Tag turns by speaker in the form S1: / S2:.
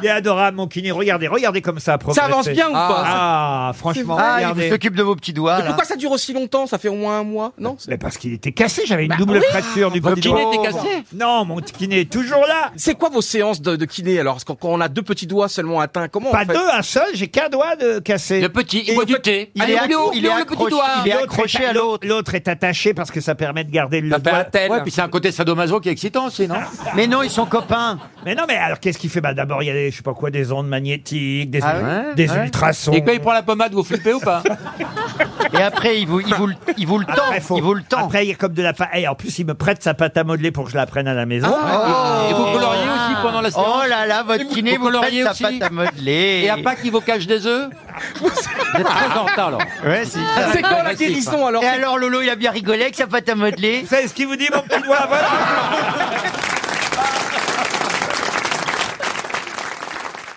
S1: Il est adorable, mon kiné. Regardez, regardez comme ça. progresser.
S2: Ah. avance bien ou pas
S1: Ah, franchement,
S2: Ah, il
S1: regardez.
S3: s'occupe de vos petits doigts.
S2: Mais pourquoi ça dure aussi longtemps Ça fait au moins un mois, non
S1: Mais parce qu'il était cassé, j'avais une
S2: Bah
S1: double fracture
S4: Ah,
S1: du
S2: votre
S1: petit
S2: kiné
S1: doigt.
S2: était cassé
S1: Non, mon kiné est toujours là.
S2: C'est quoi vos séances de, de kiné alors Parce que quand on a deux petits doigts seulement atteints, comment
S1: Pas
S2: on fait
S1: deux, un seul, j'ai qu'un doigt de cassé.
S5: Le petit, il boit du thé.
S3: Il est, accro- il est
S5: ouvre
S3: accroché, il est
S1: L'autre
S3: accroché
S1: est-
S3: à l'autre.
S1: L'autre est attaché parce que ça permet de garder le
S4: Ça fait un
S1: doigt.
S4: tel.
S5: Ouais, puis c'est un côté sadomaso qui est excitant aussi, non
S3: Mais non, ils sont copains.
S1: Mais non, mais alors qu'est-ce qu'il fait Bah d'abord il y a des, je sais pas quoi, des ondes magnétiques, des,
S3: Ah
S5: ouais
S1: des
S5: Ouais.
S1: ultrasons.
S4: Et quand il prend la pommade, vous flippez ou pas
S3: Et après, ils vous, ils vous, le- ils vous le tendent.
S1: Après, faut-
S3: Ils vous le tendent.
S1: Après, il y a comme de la fa... Et en plus, il me prête sa pâte à modeler pour que je la prenne à la maison.
S4: Ah.
S3: Oh.
S4: Et vous coloriez aussi pendant la séance
S3: Oh là là, votre kiné
S4: Vous
S3: vous prête
S4: coloriez
S3: sa
S4: aussi
S3: pâte à modeler.
S4: Et à Pâques, il vous cache des œufs Vous êtes très en retard, alors.
S3: Ouais, c'est ça.
S2: Ah, C'est quand la
S4: Agressif,
S2: guérison alors
S3: Et alors, Lolo, il a bien rigolé avec sa pâte à modeler
S1: C'est ce qu'il vous dit, mon petit doigt, voilà